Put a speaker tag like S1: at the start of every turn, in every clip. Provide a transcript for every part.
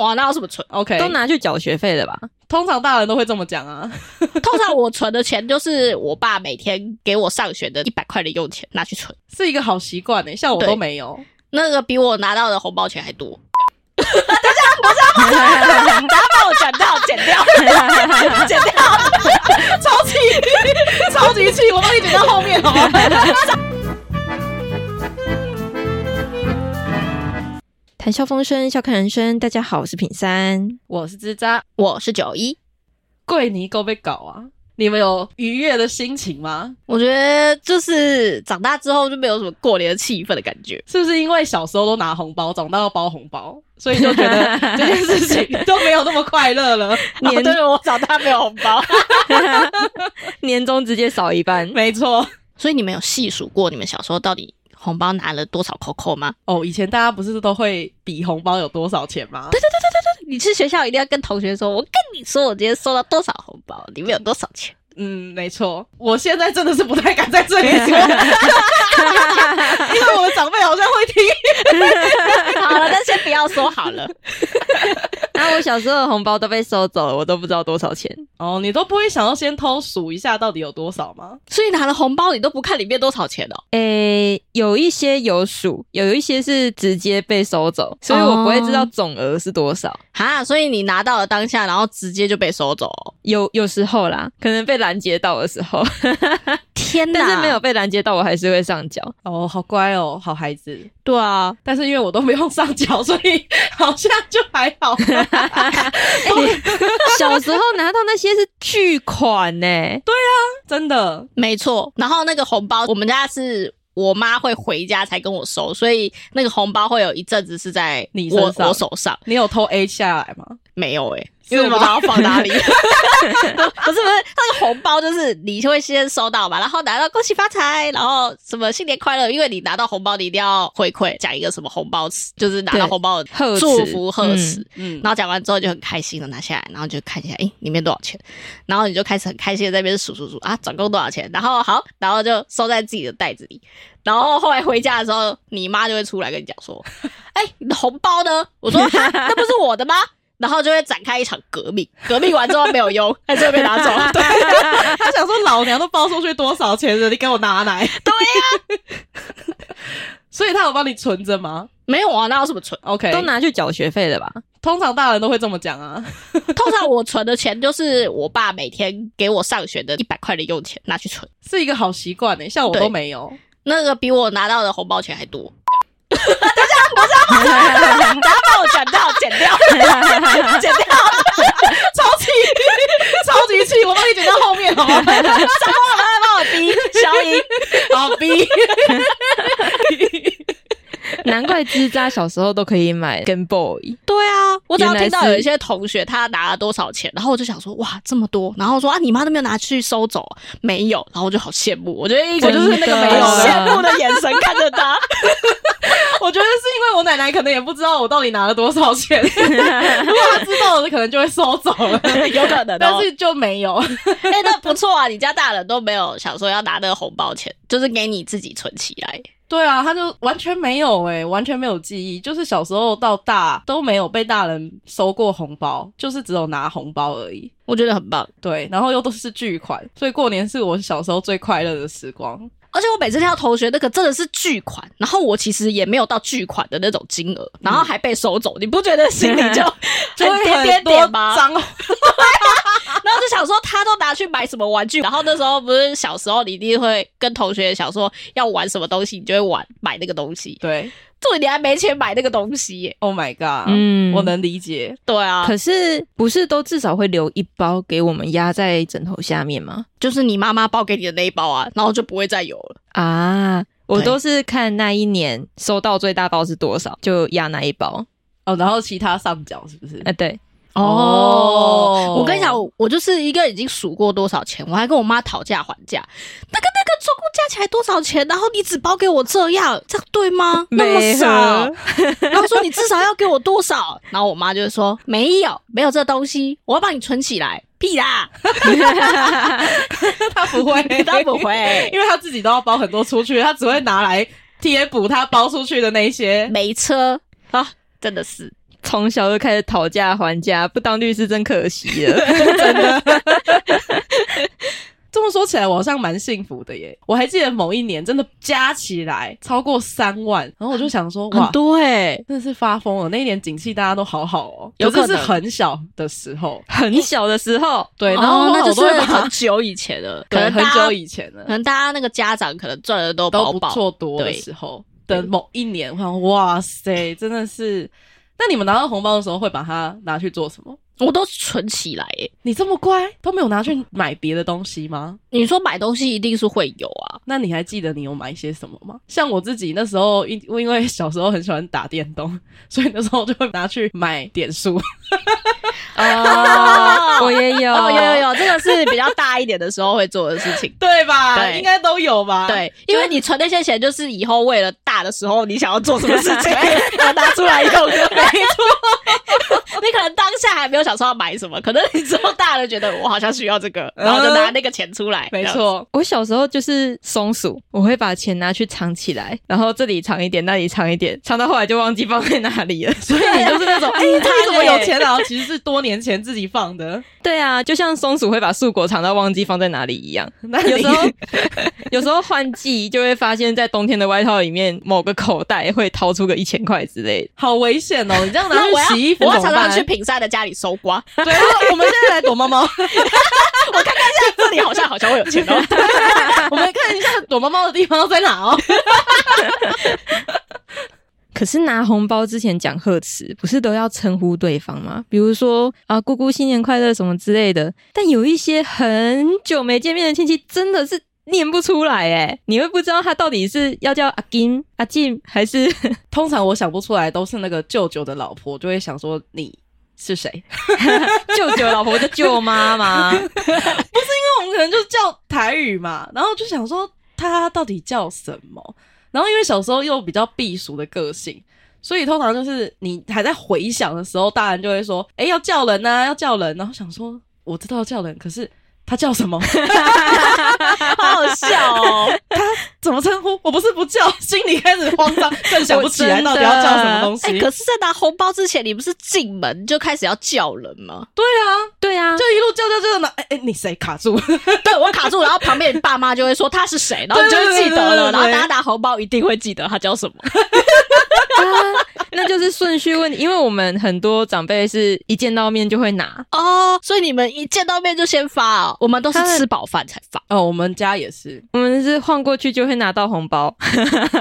S1: 啊，哪有什么存？OK，
S2: 都拿去缴学费了吧？
S3: 通常大人都会这么讲啊。
S1: 通常我存的钱就是我爸每天给我上学的一百块的用钱拿去存，
S3: 是一个好习惯呢，像我
S1: 对
S3: 都没 有。
S1: 那个比我拿到的红包钱还 多。
S2: 我
S1: 大家帮我剪掉，剪 掉，剪掉。
S3: 超气， 超级气！我帮你剪到后面好
S1: 哦
S3: 吗？
S2: 谈笑风生，笑看人生。大家好，我是品三。
S3: 我是吱喳，
S1: 我是九一，
S3: 桂泥够被搞啊！你们有愉悦的心情吗？
S1: 我觉得就是长大之后就没有什么过年的气氛的感觉。
S3: 是不是因为小时候都拿红包，长大要包红包，所以就觉 得这件事情都没有那么快乐了？
S2: 年、
S1: 哦我长大没有红包，
S2: 年终直接少一半，
S3: 没错。
S1: 所以你们有细数过你们小时候到底红包拿了多少扣扣吗？
S3: 哦，以前大家不是都会比红包有多少钱吗？
S1: 你去学校一定要跟同学说，我跟你说，我今天收到多少红包，里面有多少钱。
S3: 嗯，没错。我现在真的是不太敢在这里说，因为我的长辈好像会听。
S1: 好了，但先不要说好了。
S2: 那我小时候的红包都被收走了，我都不知道多少 钱。
S3: 哦，你都不会想要先偷数一下到底有多少吗？
S1: 所以拿了红包，你都不看里面多少钱哦？
S2: 诶、有一些有数，有一些是直接被收走，哦所以我不会知道总额是多少。
S1: 哈，所以你拿到了当下，然后直接就被收走哦、
S2: 有有时候啦，可能被拦截到的时 候，
S1: 天哪！
S2: 但是没有。被拦截到，我还是会上 缴。
S3: 哦，好乖哦，好孩子。
S2: 对啊，
S3: 但是因为我都没用上脚，所以好像就还好。
S2: 小时候拿到那些是巨款呢、
S3: 真的，
S1: 没错，然后那个红包，我们家是我妈会回家才跟我收，所以那个红包会有一阵子是在
S3: 你身
S1: 我
S3: 上
S1: 我手上，
S3: 你有偷 A 下来吗？
S1: 没有诶、欸
S3: 是
S1: 因
S3: 吗
S1: 为我不知道要放哪 里，不是不是，那个红包就是你就会先收到嘛，然后拿到恭喜发财，然后什么新年快乐，因为你拿到红包你一定要回馈，讲一个什么红包词，就是拿到
S2: 对
S1: 红包的
S2: 贺词
S1: 祝福贺词，
S3: 嗯，
S1: 然后讲完之后就很开心的拿下来，然后就看一下，诶，里面多少钱，然后你就开始很开心的在那边数数数啊，总共多少钱，然后好，然后就收在自己的袋子里，然后后来回家的时候，你妈就会出来跟你讲说，哎、你的红包呢？我说哈那不是我的吗？然后就会展开一场革命，革命完之后没有用，还是会被拿走。啊对
S3: 他想说老娘都包出去多少钱了，你给我拿来。对呀、 所以他有帮你存着吗
S1: 没有啊，那有什么存？
S3: ？OK，
S2: 都拿去缴学费了吧？
S3: 通常大人都会这么讲啊。
S1: 通常我存的钱就是我爸每天给我上学的一百块的用钱拿去存，
S3: 是一个好习惯呢，像我
S1: 对
S3: 都没有。
S1: 那个比我拿到的红包钱还多。
S3: 帮我剪掉，剪掉，剪掉，超气，超级气！我帮你剪到后面哦好吗？
S1: 帮我逼小颖，
S3: 好逼，
S2: 难怪吱喳小时候都可以买跟 boy，
S1: 对啊，我只要
S2: 原来
S1: 听到
S2: 是
S1: 有一些同学他拿了多少钱，然后我就想说哇这么多，然后说啊你妈都没有拿去收走，没有，然后我就好羡慕，我觉得一个
S3: 我就是那个没有的
S1: 很羡慕的眼神看着 他，
S3: 我觉得是因为我奶奶可能也不知道我到底拿了多少 钱，如果她知道了，可能就会收走了，
S1: 有可能、哦，
S3: 但是就没有。
S1: 哎、那不错啊，你家大人都没有想说要拿那个红包钱，就是给你自己存起来，
S3: 对啊，她就完全没有哎、完全没有记忆，就是小时候到大都没有被大人收过红包，就是只有拿红包而已。
S1: 我觉得很棒。
S3: 对，然后又都是巨款，所以过年是我小时候最快乐的时光。
S1: 而且我每次听到同学那个真的是巨款，然后我其实也没有到巨款的那种金额，然后还被收走，你不觉得心里 就
S3: 就
S1: 很
S3: 会
S1: 点
S3: 很
S1: 点
S3: 多
S1: 点吗？
S3: 脏，
S1: 然后就想说，他都拿去买什么玩具？然后那时候不是小时候，你一定会跟同学想说要玩什么东西，你就会玩买那个东西。
S3: 对
S1: 重点你还没钱买那个东西耶。
S3: ，Oh my god，
S2: 嗯
S3: 我能理解，
S1: 对啊，
S2: 可是不是都至少会留一包给我们压在枕头下面吗？
S1: 就是你妈妈包给你的那一包啊，然后就不会再有了。
S2: 啊，我
S1: 对
S2: 都是看那一年收到最大包是多少，就压那一包。
S3: 哦，然后其他上缴是不是？
S2: 啊，对，
S3: 哦
S1: 我跟你讲，我就是一个已经数过多少钱，我还跟我妈讨价还价，那个那个总共加起来多少钱？然后你只包给我这样，这样对 吗？那么
S2: 没
S1: 少
S2: 喝，
S1: 然后说你至少要给我多少？然后我妈就会说没有，没有这东西，我要帮你存起来。屁啦，，
S3: 他不会
S1: 他不会
S3: 因为他自己都要包很多出去，他只会拿来贴补他包出去的那一些。
S1: 没车啊，真的是
S2: 从小就开始讨价还价，不当律师真可惜了。真的，
S3: 这么说起来，我好像蛮幸福的耶。我还记得某一年，真的加起来超过三万，然后我就想说，哇
S2: 很，多哎、
S3: 真的是发疯了。那一年景气大家都好好哦，
S1: 有
S3: 可
S1: 可
S3: 是是
S1: 能
S3: 很小的时候，
S2: 很小的时候，
S3: 对，然
S1: 哦
S3: 后
S1: 那
S3: 我
S1: 就
S3: 都会
S1: 是
S3: 把
S1: 很久以前的，可
S3: 对
S1: 能
S3: 很
S1: 大家
S3: 久以前了
S1: 可，能大家那个家长可能赚的都
S3: 都
S1: 饱
S3: 不
S1: 饱，
S3: 错多的
S1: 对
S3: 时候的某一年，我想，哇塞，真的是。那你们拿到红包的时候，会把它拿去做什么？
S1: 我都存起来、欸。
S3: 你这么乖，都没有拿去买别的东西吗？
S1: 你说买东西一定是会有啊，
S3: 那你还记得你有买些什么吗？像我自己那时候，因因为小时候很喜欢打电动，所以那时候就会拿去买点 数。。
S2: 哦， 我也有，
S1: 哦，有有有，这个是比较大一点的时候会做的事情
S3: 对吧？
S1: 对
S3: 应该都有吧？
S1: 对，因为你存那些钱，就是以后为了大的时候你想要做什么事情， 要拿出来用的。没错， 你可能当下还没有想说要买什么，可能你之后大了觉得我好像需要这个，然后就拿那个钱出来。
S3: 嗯没
S1: 这样，
S3: 错。
S2: 我小时候就是松鼠，我会把钱拿去藏起来，然后这里藏一点，那里藏一点，藏到后来就忘记放在哪里了。所以
S3: 你就是那种，哎、他
S1: 贪
S3: 怎么有
S1: 欸
S3: 钱啊？其实是多年前自己放的。
S2: 对啊，就像松鼠会把树果藏到忘记放在哪里一样。
S3: 那
S2: 有
S3: 你
S2: 时候，有时候换季就会发现，在冬天的外套里面某个口袋会掏出个一千块之类的。
S3: 好危险哦！你这样拿
S1: 那我
S3: 去洗衣服
S1: 要，我要
S3: 怎
S1: 常
S3: 么办
S1: 常去品善的家里搜刮，
S3: 对，然后我们现在来躲猫猫，
S1: 我看看一下这里好像好像会有钱哦。
S3: 我们看一下躲猫猫的地方在哪哦。
S2: 可是拿红包之前讲贺词，不是都要称呼对方吗？比如说啊，姑姑新年快乐什么之类的。但有一些很久没见面的亲戚，真的是念不出来哎，你会不知道他到底是要叫阿金、阿进还是
S3: 通常我想不出来，都是那个舅舅的老婆就会想说你是谁，因
S2: 舅舅老婆就舅妈嘛？
S3: 为我们可能就叫台语嘛，然后就想说他到底叫什么，然后因为小时候又比较避俗的个性。所以通常就是你还在回想的时候，大人就会说：“哎、要叫人呐、要叫人。”然后想说：“我知道叫人，可是他叫什么？
S1: 好好笑哦！
S3: 怎么称呼？我不是不叫，心里开始慌张，更想不起来到底要叫什么东西。
S1: 哎、可是，在拿红包之前，你不是进门就开始要叫人 吗？
S3: 对啊，
S2: 对啊，
S3: 就一路叫叫叫呢，哎、哎、你谁卡住？
S1: 对我卡住，然后旁边你爸妈就会说他是谁，然后你就会记得了，
S3: 对对对对对
S1: 然后大家拿红包一定会记得他叫什么。
S2: 啊那就是顺序问题，因为我们很多长辈是一见到面就会拿。
S1: 哦，所以你们一见到面就先发哦，我们都是
S2: 他们
S1: 吃饱饭才发。
S3: 哦，我们家也是。
S2: 我们是晃过去就会拿到红 包，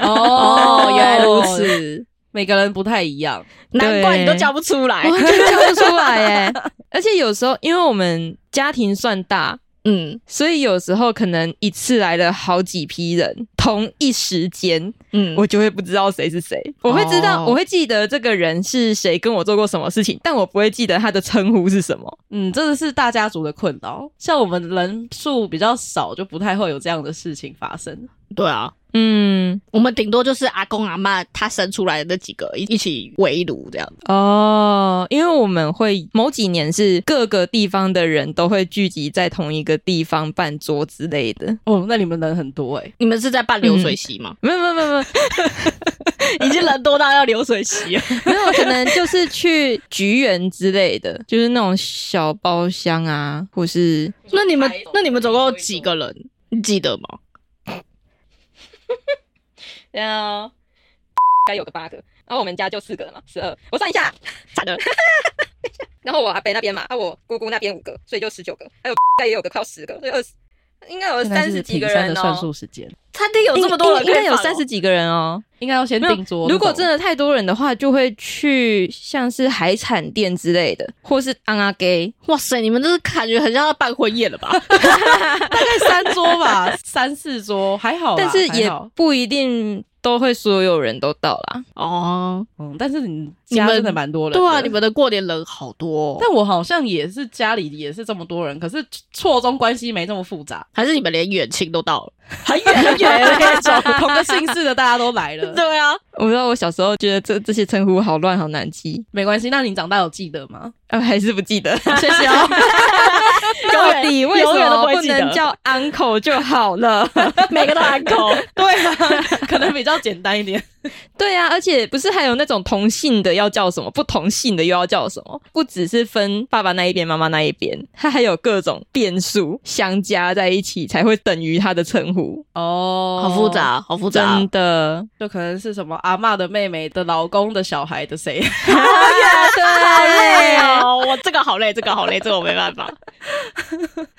S3: 哦， 原来如此，
S2: 此，
S3: 每个人不太一样。
S1: 难怪你都叫不出来
S2: 我。完全叫不出来哎！而且有时候，因为我们家庭算大，
S1: 嗯
S2: 所以有时候可能一次来了好几批人，同一时间，
S1: 嗯，
S2: 我就会不知道谁是谁。我会知道，
S3: 哦
S2: 我会记得这个人是谁，跟我做过什么事情，但我不会记得他的称呼是什么。
S3: 嗯，这个是大家族的困扰。像我们人数比较少，就不太会有这样的事情发生。
S1: 对啊，
S2: 嗯，
S1: 我们顶多就是阿公阿妈他生出来的那几个一一起围炉这样。
S2: 哦，因为我们会某几年是各个地方的人都会聚集在同一个地方办桌之类的。
S3: 哦，那你们人很多哎、
S1: 你们是在办流水席吗？
S2: 没有没有没有没有，
S1: 已经人多到要流水席了。
S2: 没有，可能就是去菊园之类的，就是那种小包厢啊，或是
S1: 那你们那你们总共有几个人？你记得吗？
S2: 然后呃该有个八个，然后我们家就四个了嘛，十二。我算一下，
S1: 惨了，
S2: 然后我阿伯那边嘛，啊我姑姑那边五个，所以就十九个，还有该也有个快要十个，所以二十，应该有
S3: 现在
S2: 三
S3: 是
S2: 十几个
S3: 挺呃三
S2: 人
S3: 的算
S2: 哦。
S3: 数时间，
S1: 餐厅有这么多人，
S2: 应应该有三十。几个人哦。
S3: 应该要先
S2: 没有
S3: 定桌那种。
S2: 如果真的太多人的话，就会去像是海产店之类的，或是昂阿给。
S1: 哇塞，你们这是感觉很像要办婚宴 了吧？
S3: 大概三桌 吧，三四桌还好啦，
S2: 但是也
S3: 还好
S2: 不一定都会所有人都到啦。
S1: 哦，
S3: 嗯，但是你
S1: 你
S3: 家
S1: 们
S3: 真的蛮多人的。
S1: 对啊，你们的过年人好多、哦，，
S3: 但我好像也是家里也是这么多人，可是错综关系没这么复杂
S1: 还是你们连远亲都到了，很远很远的那种。
S3: 同个姓氏的大家都来 了。
S1: 对啊，
S2: 我知道我小时候觉得这这些称呼好乱，好难记，
S3: 没关系，那你长大有记得吗？
S2: 啊，还是不记得。
S3: 谢谢哦。
S2: 到底为什
S1: 永远都
S2: 么
S1: 不哦会
S2: 不
S1: 记得
S2: 能叫 uncle 就好 了？
S1: 每 个都喊口，
S3: 对啊，可能比较简单一点。
S2: 对啊，而且不是还有那种同姓的要叫什么，不同姓的又要叫什么？不只是分爸爸那一边、妈妈那一边，它还有各种变数相加在一起，才会等于他的称呼。
S3: 哦
S1: 好复，杂，好复杂
S2: 真。的，
S3: 就可能是什么阿嬷的妹妹的老公的小孩的谁，
S1: 好累哦，我这个好累，这个好累，这个我没办法。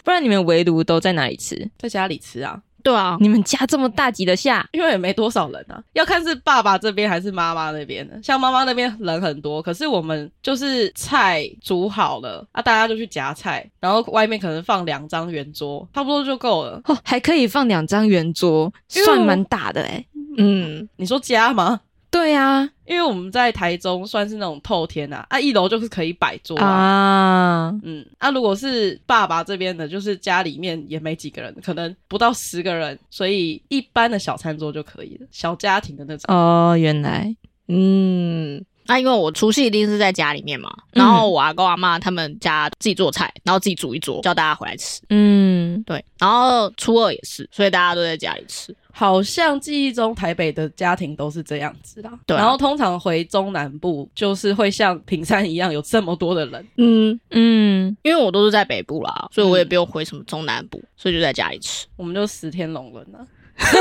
S2: 不然你们围炉都在哪里吃？
S3: 在家里吃啊，
S1: 对啊，
S2: 你们家这么大挤得下？
S3: 因为也没多少人啊，要看是爸爸这边还是妈妈那边的。像妈妈那边人很多，可是我们就是菜煮好了啊，大家就去夹菜，然后外面可能放两张圆桌，差不多就够了。
S2: 哦，还可以放两张圆桌，
S3: 因为我
S2: 算蛮大的哎、
S3: 欸
S1: 嗯，
S3: 你说夹吗？
S2: 对啊，
S3: 因为我们在台中算是那种透天啊，啊一楼就是可以摆桌啊。
S2: 啊，
S3: 嗯，啊，如果是爸爸这边的，就是家里面也没几个人，可能不到十个人，所以一般的小餐桌就可以了，小家庭的那种。
S2: 哦，原来，
S1: 嗯，那、因为我除夕一定是在家里面嘛，然后我阿公阿妈他们家自己做菜，然后自己煮一桌，叫大家回来吃。
S2: 嗯，
S1: 对，然后初二也是，所以大家都在家里吃。
S3: 好像记忆中台北的家庭都是这样子啦。
S1: 对啊
S3: 然后通常回中南部就是会像平山一样有这么多的人。
S1: 嗯，
S2: 嗯，
S1: 因为我都是在北部啦，所以我也不用回什么中南部，所以就在家里吃。
S3: 我们就十天龙人啊了，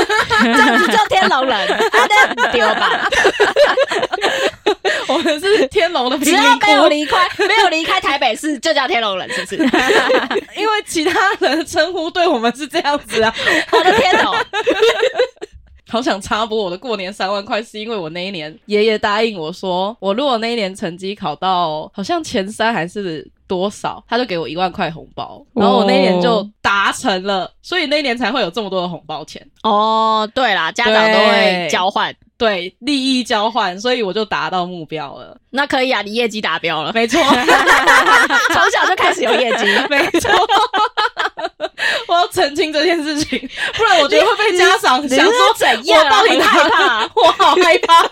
S1: 这样子叫天 龙人，啊对，丢 吧，
S3: 我们是天龙的贫
S1: 只要
S3: 民
S1: 没有
S3: 窟，
S1: 离开，没有离开台北市，就叫天龙人，是不 是？
S3: 因为其他人的称呼对我们是这样子啊。
S1: 我的天哦，
S3: 好想插播，我的过年三万块是因为我那一年爷爷答应我说，我如果那一年成绩考到好像前三还是多少，他就给我一万块红包，然后我那一年
S1: 哦
S3: 就达成了，所以那一年才会有这么多的红包钱。
S1: 哦，对啦，家长都会交换，
S3: 对，利益交换，所以我就达到目标了。
S1: 那可以啊，你业绩达标了，
S3: 没 错，
S1: 从小就开始有业 绩。
S3: 没错。我要澄清这件事情，不然我觉得会被家长
S1: 你
S3: 想说
S1: 是怎样
S3: 我
S1: 啊
S3: 到底
S1: 很害 怕，
S3: 我好害怕，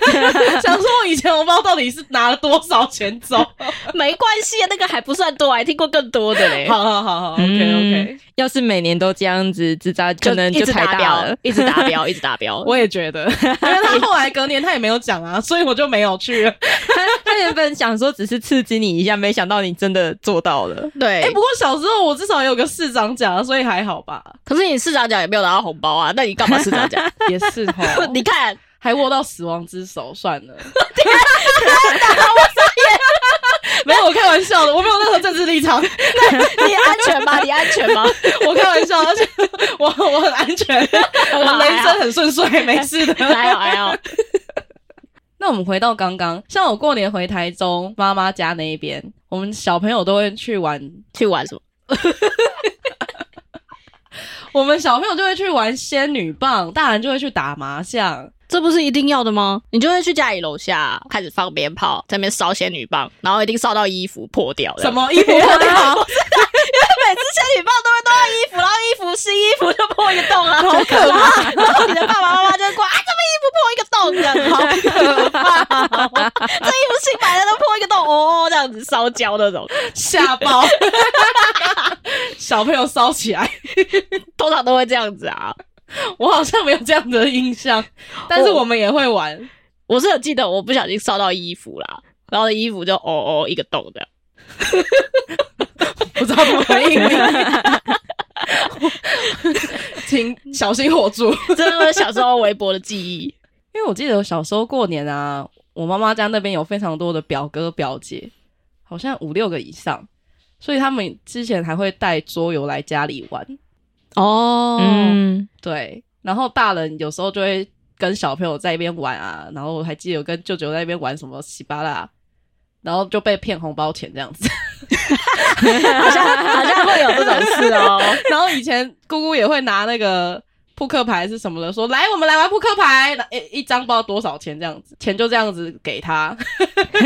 S3: 想说我以前红包到底是拿了多少钱走？
S1: 没关系，啊那个还不算多，还听过更多的嘞。
S3: 好好好好，OK OK，
S2: 嗯要是每年都这样子自扎，可能
S1: 一
S2: 就
S1: 直
S2: 太
S1: 达
S2: 大了
S1: 标。，一直达标，一直达标。
S3: 我也觉得，因为 他后来隔年他也没有讲啊，所以我就没有去了。
S2: 他他原本想说只是刺激你一下，没想到你真的做 到了。
S1: 对，
S3: 哎、不过小时候我至少有个市长奖啊，所以还好吧。
S1: 可是你市长奖也没有拿到红包啊，那你干嘛市长奖？
S3: 也是哈，
S1: 你看，
S3: 还握到死亡之手，算了。没有，我开玩笑的，我没有任何政治立 场，
S1: 你安全吗？你安全 吗？
S3: 我开玩笑，而且我我很安全，我人生很顺遂，没事的。
S1: 还好还好，
S3: 那我们回到刚刚，像我过年回台中妈妈家那一边，我们小朋友都会去玩，
S1: 去玩什么？
S3: 我们小朋友就会去玩仙女棒，大人就会去打麻将。
S1: 这不是一定要的吗？你就会去家里楼下开始放鞭炮，在那边烧仙女棒，然后一定烧到衣服破掉。
S3: 什？么衣服破 掉？
S1: 每次仙女棒都会弄到衣服，然后衣服新衣服就破一个洞啊，好可怕！然后你的爸爸妈妈就会说啊，这么衣服破一个洞，这样子好可怕哦、这衣服新买的都破一个洞哦，这样子烧焦那种，
S3: 吓爆！ 小朋友烧起来，
S1: 通常都会这样子啊。
S3: 我好像没有这样的印象， 但是我们也会玩。
S1: 我是有记得，我不小心烧到衣服啦，然后衣服就哦哦一个洞这样。
S3: 不知道怎么 回应你 请小心火烛。
S1: 这是我小时候微薄的记忆。
S3: 因为我记得我小时候过年啊，我妈妈家那边有非常多的表哥表姐，好像五六个以上，所以他们之前还会带桌游来家里玩。
S1: 哦
S2: 嗯，
S3: 对，然后大人有时候就会跟小朋友在一边玩啊，然后我还记得有跟舅舅在那边玩什么稀巴拉，然后就被骗红包钱这样子。
S1: 好像好像会有这种事哦。
S3: 然后以前姑姑也会拿那个扑克牌是什么的，说来我们来玩扑克牌，那一一张不知道多少钱这样子，钱就这样子给他。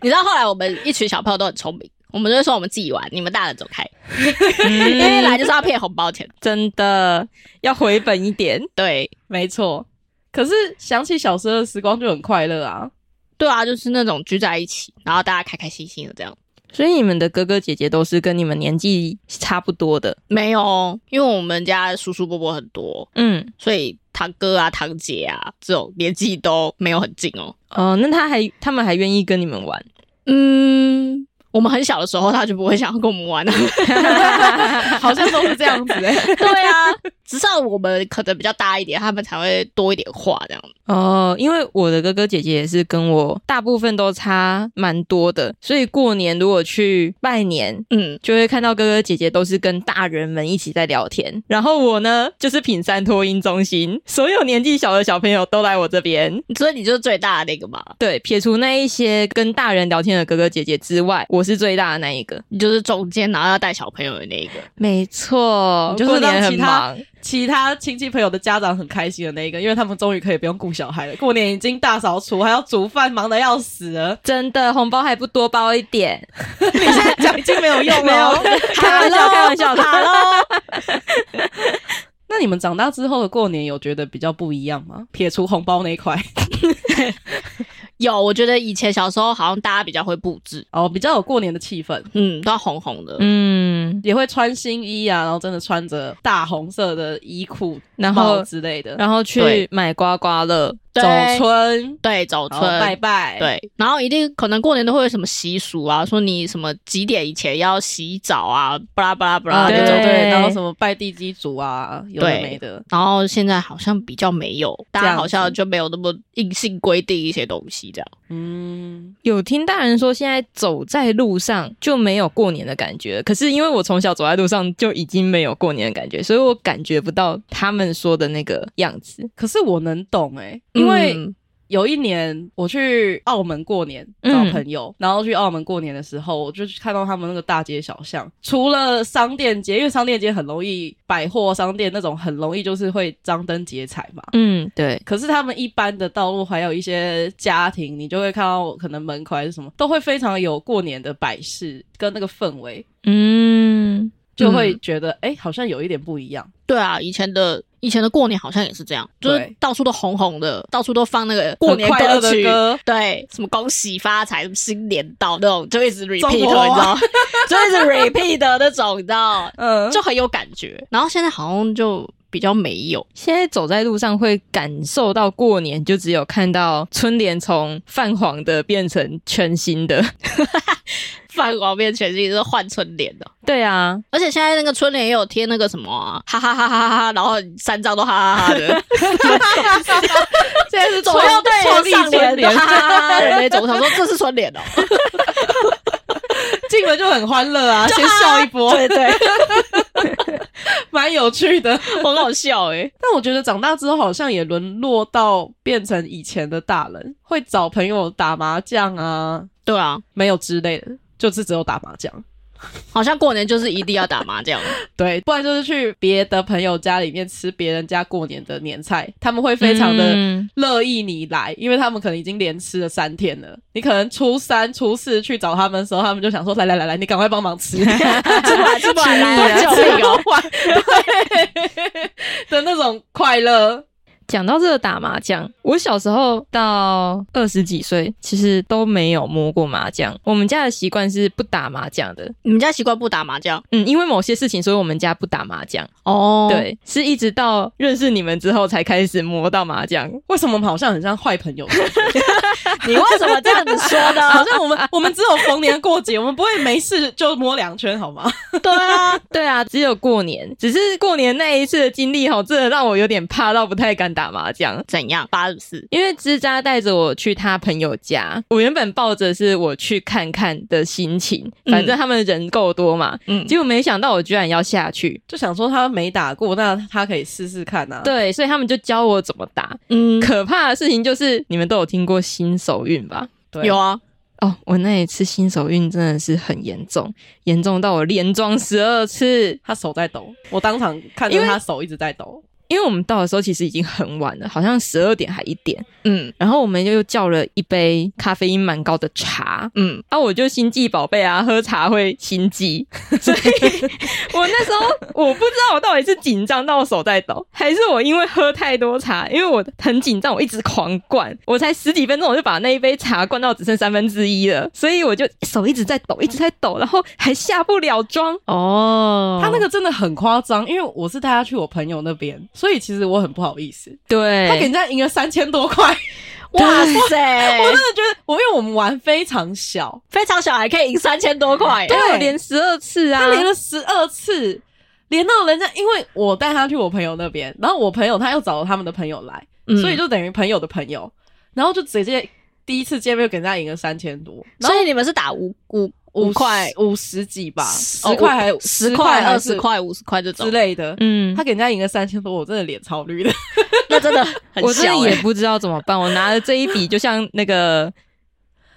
S1: 你知道后来我们一群小朋友都很聪明，我们就会说我们自己玩，你们大人走开， 因为一来就是要骗红包钱。
S2: 真的要回本一点。
S1: 对，
S3: 没错。可是想起小时候的时光就很快乐啊。
S1: 对啊，就是那种聚在一起，然后大家开开心心的这样。
S2: 所以你们的哥哥姐姐都是跟你们年纪差不多的，
S1: 没有，哦因为我们家叔叔伯伯很多，
S2: 嗯，
S1: 所以堂哥啊、堂姐啊这种年纪都没有很近哦。
S2: 哦，那他还他们还愿意跟你们玩，
S1: 嗯，我们很小的时候，他就不会想要跟我们玩了。
S3: 好像都是这样子哎、
S1: 对啊，直到我们可能比较大一点，他们才会多一点话这样。
S2: 哦，因为我的哥哥姐姐也是跟我大部分都差蛮多的，所以过年如果去拜年，
S1: 嗯，
S2: 就会看到哥哥姐姐都是跟大人们一起在聊天，然后我呢就是品山托婴中心，所有年纪小的小朋友都来我这边。
S1: 所以你就是最大的那个嘛，
S2: 对，撇除那一些跟大人聊天的哥哥姐姐之外，我是最大的那一个。
S1: 你就是中间然后要带小朋友的那一个。
S2: 没错，
S3: 你就是
S2: 过年
S3: 让
S2: 很
S3: 其他
S2: 忙，
S3: 其他亲戚朋友的家长很开心的那一个，因为他们终于可以不用顾小孩了。过年已经大扫除，还要煮饭，忙得要死 了。
S2: 真的红包还不多包一点，
S3: 你现在讲已经没有用
S2: 没有
S3: 了。
S2: 开玩 笑，开玩笑的。
S3: 那你们长大之后的过年有觉得比较不一样吗？撇除红包那一块，
S1: 有，我觉得以前小时候好像大家比较会布置，
S3: 哦，比较有过年的气氛，
S1: 嗯，都要红红的。
S2: 嗯，
S3: 也会穿新衣啊，然后真的穿着大红色的衣裤、
S2: 然
S3: 帽
S2: 后
S3: 之类的，
S2: 然后去
S1: 对
S2: 买刮刮乐，
S1: 对
S3: 走春，
S1: 对，走
S3: 然
S1: 村
S3: 后拜拜，，
S1: 对，然后一定可能过年都会有什么习俗啊，说你什么几点以前要洗澡啊，巴拉巴拉巴拉
S3: 啊
S1: 那
S3: 那
S1: 种
S3: 种
S2: 对
S3: 对，然后什么拜地基主啊，有的
S1: 对
S3: 没的，
S1: 然后现在好像比较没有，大
S3: 这
S1: 家
S3: 样
S1: 好像
S3: 子
S1: 就没有那么硬性规定一些东西这样。
S3: 嗯，
S2: 有听大人说，现在走在路上就没有过年的感觉。可是因为我从小走在路上就已经没有过年的感觉，所以我感觉不到他们说的那个样子。
S3: 可是我能懂哎、因为
S1: 嗯
S3: 有一年我去澳门过年找
S2: 嗯
S3: 朋友，然后去澳门过年的时候，我就去看到他们那个大街小巷，除了商店街，因为商店街很容易百货商店那种很容易就是会张灯结彩嘛。
S2: 嗯，对，
S3: 可是他们一般的道路还有一些家庭，你就会看到可能门口还是什么，都会非常有过年的摆饰跟那个氛围，
S2: 嗯，
S3: 就会觉得哎、诶好像有一点不一样。
S1: 对啊，以前的以前的过年好像也是这样，就是
S3: 对
S1: 到处都红红的，到处都放那个过年
S3: 很快乐的
S1: 曲。
S3: 歌
S1: 对，什么恭喜发财，什么新年到那种，就一 直 repeat，你
S3: 中
S1: 知
S3: 国啊
S1: 道
S3: 话
S1: 吗， 就一直 repeat 的那种，你知道，
S3: 嗯，
S1: 就很有感觉。然后现在好像就比较没有，
S2: 现在走在路上会感受到过年，就只有看到春联从泛黄的变成全新的。
S1: 泛黄变全新，就是换春联的。
S2: 对啊，
S1: 而且现在那个春联也有贴那个什么啊，哈哈哈哈哈哈，然后三张都哈哈哈的，
S3: 现在 是
S1: 左右对
S3: 创立
S1: 上
S3: 春联
S1: 哈哈哈的 那种。我想说这是春联哦，
S3: 进门就很欢乐啊，先笑一波，
S1: 对对，
S3: 蛮有趣的。
S1: 很好笑欸诶、
S3: 但我觉得长大之后好像也沦落到变成以前的大人，会找朋友打麻将啊，
S1: 对啊，
S3: 没有之类的，就是只有打麻将。
S1: 好像过年就是一定要打麻将，
S3: 对，不然就是去别的朋友家里面吃别人家过年的年菜，他们会非常的
S2: 嗯
S3: 乐意你来，因为他们可能已经连吃了三天了。你可能初三、初四去找他们的时候，他们就想说：“来来来来，你赶快帮忙吃。”
S1: 吃不完吃 不完
S2: 啊
S1: 来
S3: 救
S1: 救
S3: 命
S1: 命哦！
S3: 哦！对 的那种快乐，
S2: 讲到这个打麻将，我小时候到二十几岁，其实都没有摸过麻将。我们家的习惯是不打麻将的，
S1: 你们家习惯不打麻将
S2: 嗯，因为某些事情，所以我们家不打麻将。
S1: 哦对，
S2: 对，是一直到认识你们之后才开始摸到麻将。
S3: 为什么我们好像很像坏朋友？
S1: 你为什么这样子说
S3: 好
S1: 呢？
S3: 像我们我们只有逢年过节，我们不会没事就摸两圈好吗？
S2: 对啊，对啊，只有过年，只是过年那一次的经历，哈，真的让我有点怕到不太敢打麻将。
S1: 怎样？八十四，
S2: 因为吱喳带着我去他朋友家，我原本抱着是我去看看的心情，反正他们人够多嘛，
S1: 嗯，
S2: 结果没想到我居然要下去，
S3: 就想说他没打过，那他可以试试看啊。，
S2: 对，所以他们就教我怎么打。
S1: 嗯，
S2: 可怕的事情就是，你们都有听过新手运吧？
S3: 对
S1: 有啊，
S2: 哦，我那一次新手运真的是很严重，严重到我连装十二次。
S3: 他手在抖，我当场看着
S2: 因为嗯
S3: 他手一直在抖。
S2: 因为我们到的时候其实已经很晚了，好像十二点还一点，
S1: 嗯
S2: 然后我们又叫了一杯咖啡因蛮高的茶。
S1: 嗯，
S2: 啊，我就心悸宝贝啊，喝茶会心 悸，所以我那时候我不知道我到底是紧张到手在抖，还是我因为喝太多茶，因为我很紧张，我一直狂灌，我才十几分钟我就把那一杯茶灌到只剩三分之一了，所以我就手一直在抖，一直在抖，然后还下不了妆哦。
S3: 他那个真的很夸张，因为我是带他去我朋友那边，所以其实我很不好意思。
S2: 对，
S3: 他给人家赢了三千多 块，
S1: 哇塞，
S3: 我真的觉得，我因为我们玩非常小，
S1: 非常小还可以赢三千多块，
S2: 对我连十二次啊，
S3: 他连了十二次，连到人家，因为我带他去我朋友那边，然后我朋友他又找了他们的朋友来，
S1: 嗯
S3: 所以就等于朋友的朋友，然后就直接第一次见面就给人家赢了三千多，然后
S1: 所以你们是打五五五
S3: 五
S1: 块
S3: 十、五十几吧，
S1: 哦
S3: 十块还
S1: 五十
S3: 块
S1: 块、
S3: 还
S1: 二
S3: 是
S1: 十块、五十块这种
S3: 之，类的。
S2: 嗯
S3: 他，给人家赢了三千多，我真的脸超绿的。
S1: 那真的很
S2: 我真
S1: 小
S2: 的也
S1: 欸
S2: 不知道怎么办，我拿了这一笔就像那个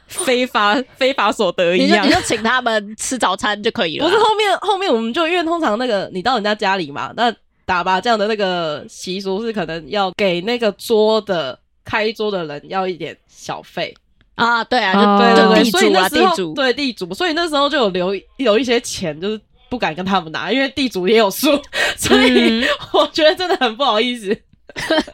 S2: 非法非法所得一
S1: 你就
S2: 样
S1: 你。就请他们吃早餐就可以了
S3: 不
S1: 啦
S3: 是。后面后面我们就因为通常那个你到人家家里嘛，那打麻将的那个习俗是可能要给那个桌的开桌的人要一点小费，
S1: 啊，对啊，
S2: 哦
S1: 就就
S3: 对对
S1: 地
S3: 对，所以
S1: 主啊，
S3: 那时
S1: 地
S3: 候
S1: 主，
S3: 对地主，所以那时候就有留有一些钱，就是不敢跟他们拿，因为地主也 有输，所以
S2: 嗯
S3: 我觉得真的很不好意思。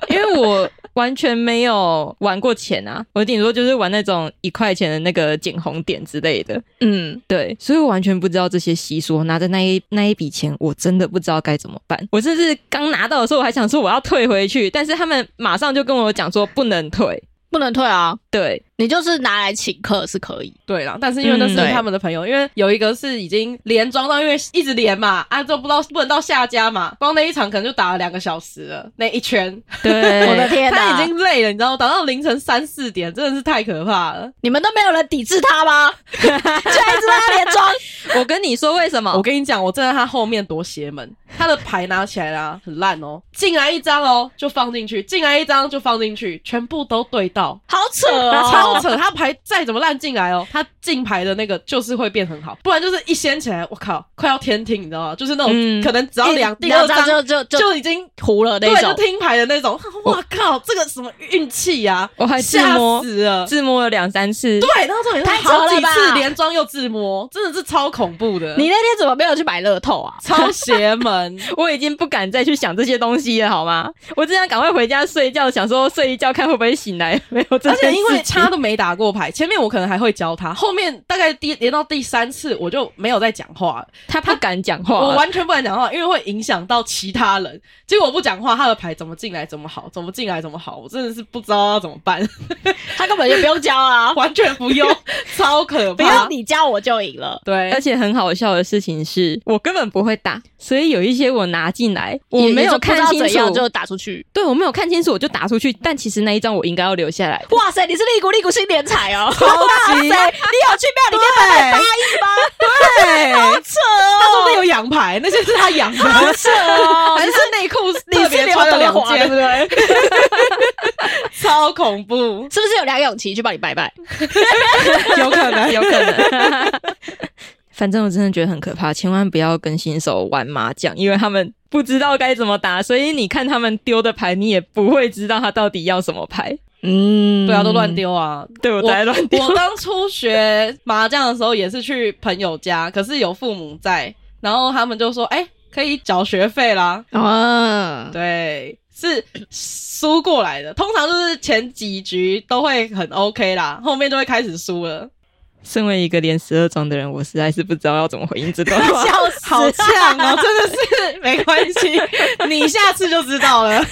S2: 因为我完全没有玩过钱啊，我顶多就是玩那种一块钱的那个捡红点之类的，
S1: 嗯，
S2: 对，所以我完全不知道这些习俗。我拿着那一那一笔钱，我真的不知道该怎么办。我甚至刚拿到的时候，我还想说我要退回去，但是他们马上就跟我讲说不能退。
S1: 不能退啊，
S2: 对，
S1: 你就是拿来请客是可以。
S3: 对啦，但是因为那是
S2: 嗯对
S3: 他们的朋友，因为有一个是已经连庄到，因为一直连嘛，啊，就不知道不能到下家嘛，光那一场可能就打了两个小时了，那一圈，
S2: 对，
S1: 我 的天
S3: 他
S1: 哪，
S3: 已经累了，你知道吗？打到凌晨三四点，真的是太可怕了。
S1: 你们都没有人抵制他吗？居然一直让他连庄，
S2: 我跟你说为什
S1: 哦
S2: 么？
S3: 我跟你讲，我站在他后面多邪门，他的牌拿起来啦、很烂哦，进来一张哦就放进去，进来一张就放进去，全部都对到。
S1: 好扯
S3: 超
S1: 哦！
S3: 扯！他牌再怎么烂进来哦，他进牌的那个就是会变很好，不然就是一掀起来，我靠，快要天听，你知道吗？就是那种、
S2: 嗯
S3: 可能只要两第
S1: 然
S3: 二
S1: 后这样
S3: 张
S1: 就就就
S3: 就已经
S1: 糊了那
S3: 对，就
S1: 种，
S3: 听牌的那种。哇靠，这个什么运气呀！
S2: 我还自
S3: 吓
S1: 哦
S2: 摸
S3: 死了，
S2: 自摸了两三次，
S3: 对，然后重点
S1: 太
S3: 是
S1: 扯
S3: 好
S1: 了
S3: 几
S1: 吧
S3: 次连装又自摸，真的是超恐怖的，
S1: 你那天怎么没有去买乐透啊？
S3: 超邪 门。
S2: 我已经不敢再去想这些东西了，好吗？我只想赶快回家睡觉，想说睡一觉看会不会醒来，没有这
S3: 而且
S2: 件事
S3: 因为
S2: 情。
S3: 他都没打过牌，前面我可能还会教他，后面大概第连到第三次我就没有再讲话了，
S2: 他不敢讲
S3: 我
S2: 话了，
S3: 完全不敢讲话，因为会影响到其他人。结果我不讲话，他的牌怎么进来怎么好，怎么进来怎么好，我真的是不知道要怎么办，
S1: 他根本就不用教啊，
S3: 完全不用，超可
S1: 不用
S3: 怕。
S1: 你呃教我就赢了。
S3: 对
S2: 而，且很好笑的事情是我根本不会打，所以有一些我拿进来，我
S1: 也
S2: 没
S1: 也
S2: 有
S1: 就不知
S2: 看
S1: 道
S2: 清
S1: 怎样
S2: 楚，
S1: 就打出去。
S2: 对我没有看清楚，我就打出去。但其实那一张我应该要留下来的。
S1: 哇塞，你是利股利股新年彩哦！
S3: 超级
S1: 哇塞，你有去庙里面拜拜八亿吗？
S3: 对，
S1: 好扯哦，
S3: 他说不定有养牌，那些是他养的，
S1: 好扯哦！
S3: 还是内裤
S1: 你
S3: 特
S1: 是
S3: 别
S1: 刘
S3: 穿了
S1: 德
S3: 两
S1: 华对
S3: 件
S1: 不，对？
S3: 超恐 怖，
S1: 是不是有梁咏琪去帮你拜拜？
S3: 有可能。
S2: 有可能。 反正我真的觉得很可怕，千万不要跟新手玩麻将，因为他们不知道该怎么打，所以你看他们丢的牌，你也不会知道他到底要什么牌。
S1: 嗯，
S3: 对啊，都乱。丢啊！
S2: 对我才乱丢。
S3: 我当初学麻将的时候也是去朋友家，可是有父母在，然后他们就说：“哎、可以缴学费啦。
S1: 啊”，
S3: 对，是输过来的。通常就是前几局都会很 OK 啦，后面就会开始输了。
S2: 身为一个连十二庄的人，我实在是不知道要怎么回应这段话。
S1: 笑死！
S3: 好呛 哦、真的是没关系，你下次就知道 了。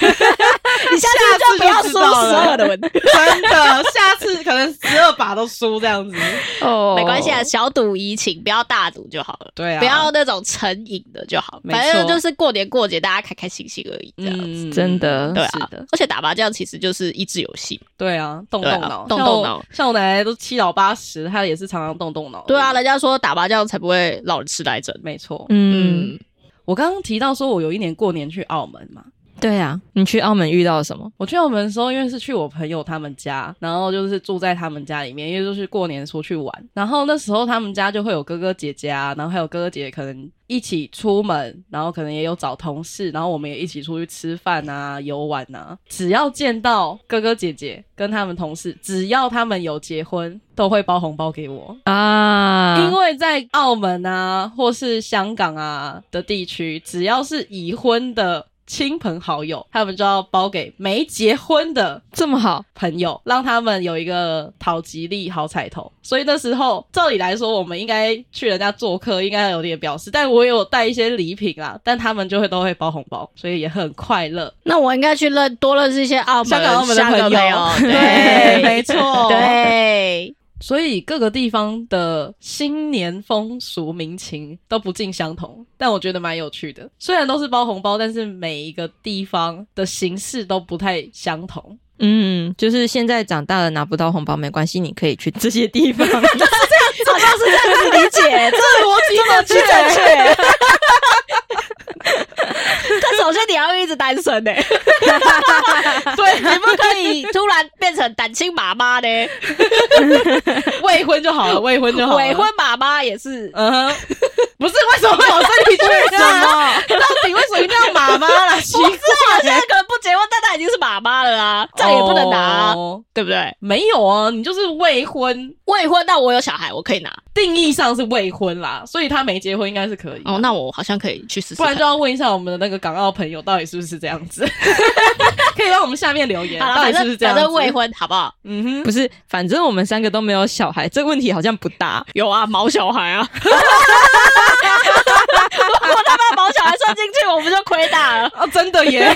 S1: 你下次就不要说十二 的问题，
S3: 真的，下次可能十二把都输这样子。
S2: 哦
S1: 没关系啊，小赌怡情，不要大赌就好了。
S3: 对啊，
S1: 不要那种成瘾的就好，
S3: 没错
S1: 反正就是过年过节大家开开心心而已，这样子。
S3: 嗯，
S2: 真的
S1: 对
S3: 是
S1: 啊
S3: 的，
S1: 而且打麻将其实就是益智游戏。
S3: 对啊，动
S1: 对啊
S3: 动脑，
S1: 动
S3: 像
S1: 动
S3: 我
S1: 脑。
S3: 像我奶奶都七老八十，她也是常常动动脑。
S1: 对啊，，人家说打麻将才不会老人痴呆症。
S3: 没错。
S2: 嗯，
S1: 嗯，
S3: 我刚刚提到说，我有一年过年去澳门嘛，
S2: 对啊，你去澳门遇到什么？
S3: 我去澳门的时候，因为是去我朋友他们家，然后就是住在他们家里面，因为就是过年出去玩。然后那时候他们家就会有哥哥姐姐啊，然后还有哥哥姐姐可能一起出门，然后可能也有找同事，然后我们也一起出去吃饭啊、游玩啊。只要见到哥哥姐姐跟他们同事，只要他们有结婚，都会包红包给我。
S2: 啊，
S3: 因为在澳门啊，或是香港啊的地区，只要是已婚的亲朋好友，他们就要包给没结婚的
S2: 这么好，
S3: 朋友，让他们有一个讨吉利、好彩头。所以那时候，照理来说，我们应该去人家做客，应该有点表示。但我也有带一些礼品啊，但他们就会都会包红包，所以也很快乐。
S1: 那我应该去认多认识一些澳门、
S3: 香港澳门的
S1: 香港
S3: 朋友
S1: 友
S3: 对没错
S1: 对，
S3: 所以各个地方的新年风俗民情都不尽相同，但我觉得蛮有趣的。虽然都是包红包，但是每一个地方的形式都不太相同。
S2: 嗯，就是现在长大了拿不到红包没关系，你可以去这些地 方。
S1: 好像是这样子理解，这个逻辑怎么去正 确？ 但首先你要一直单身呢、对，你不可以突然变成单亲妈妈呢，
S3: 未婚就好了，未婚 就好了。啊
S1: 未婚，妈妈也是。
S3: 嗯哼，不是为什么我身体去 啊？到底为什么一定要妈妈啦？奇怪，
S1: 她现在可能不结婚，但她已经是妈妈了啊，这样也不能拿、啊
S3: 哦
S1: 对不对？
S3: 没有啊，你就是未婚，
S1: 未婚，但我有小孩，我可以拿。
S3: 定义上是未婚啦，所以他没结婚应该是可以的。
S1: 哦，那我好像可以去试试
S3: 不然
S1: 看。
S3: 就要问一下我们的那个港澳朋友，到底是不是这样子？ 可以让我们下面留言，
S1: 好了，
S3: 到底
S1: 反
S3: 是不是
S1: 正
S3: 这样
S1: 反
S3: 子？
S1: 正未，婚好不好？
S3: 嗯哼，
S2: 不是，反正我们三个都没有小孩，这个问题好像不大。
S1: 有啊，毛小孩 啊！我他把毛小孩算进去，我们就亏大了。
S3: 哦，真的耶，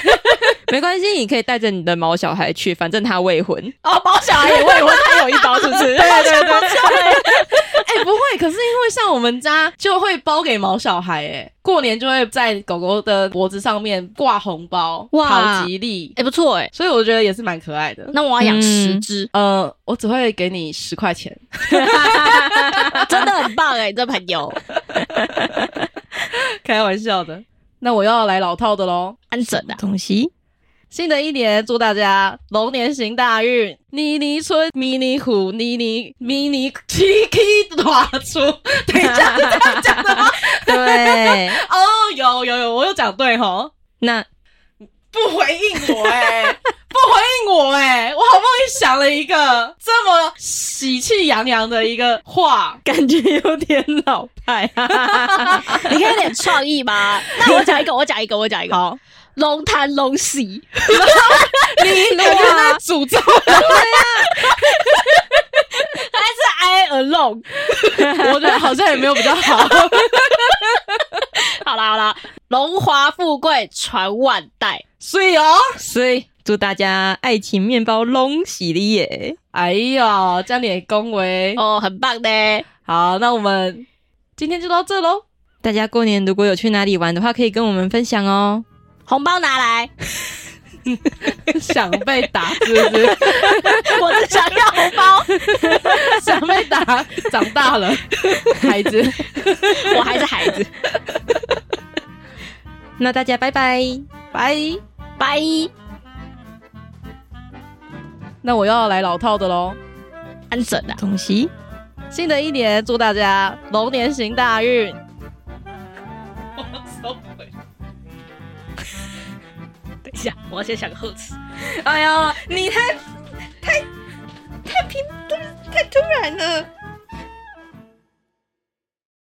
S2: 没关系，你可以带着你的毛小孩去，反正他未婚。
S1: 哦，毛小孩也未婚，他有一包，是不是？对对对，
S3: 哎、不会，可是因为像我们家就会包给毛小孩，哎，过年就会在狗狗的脖子上面挂红包，
S1: 哇
S3: 讨吉利，
S1: 哎，不错哎，
S3: 所以我觉得也是蛮可爱的。
S1: 那我要养十只，
S3: 呃，我只会给你十块钱，
S1: 嗯 真的很棒哎，你这朋友
S3: 开玩笑的。那我要来老套的喽。
S1: 安啊整的。
S2: 东西
S3: 新的一年，祝大家龙年行大运！妮妮村迷你虎，妮妮迷你 Tiki 大出， 哦等一下，
S2: 对，
S3: 哦，有有有，我有讲对吼，
S2: 那
S3: 不回应我哎、不回应我哎、我好不容易想了一个这么喜气洋洋的一个话，
S2: 感觉有点老派啊。
S1: 你可以有点创意 吗？那我讲一个，我讲一个，我讲一个。
S3: 好，
S1: 龙潭龙喜，
S3: 你感觉在诅咒，
S1: 还是 I alone？
S3: 我觉得好像也没有比较好，
S1: 好啦好啦，荣华富贵传万代。
S3: 所以哦，
S2: 所以祝大家爱情面包龙喜利耶！
S3: 哎呀，这样你也恭维，
S1: 哦，很棒呢。
S3: 好，那我们今天就到这喽。
S2: 大家过年如果有去哪里玩的话，可以跟我们分享哦。
S1: 红包拿来，
S3: 想被打是不是？
S1: 我只想要红包，
S3: 想被打，长大 了，孩子，
S1: 我还是孩子。
S2: 那大家拜拜。
S3: 拜。
S1: 拜。
S3: 那我要来老套的喽。
S1: 安神啊！
S2: 东西
S3: 新的一年，祝大家龙年行大运。 我收回。
S1: 等一下，我要先想个贺词。
S2: 哎呀，你太太太平，太突然了。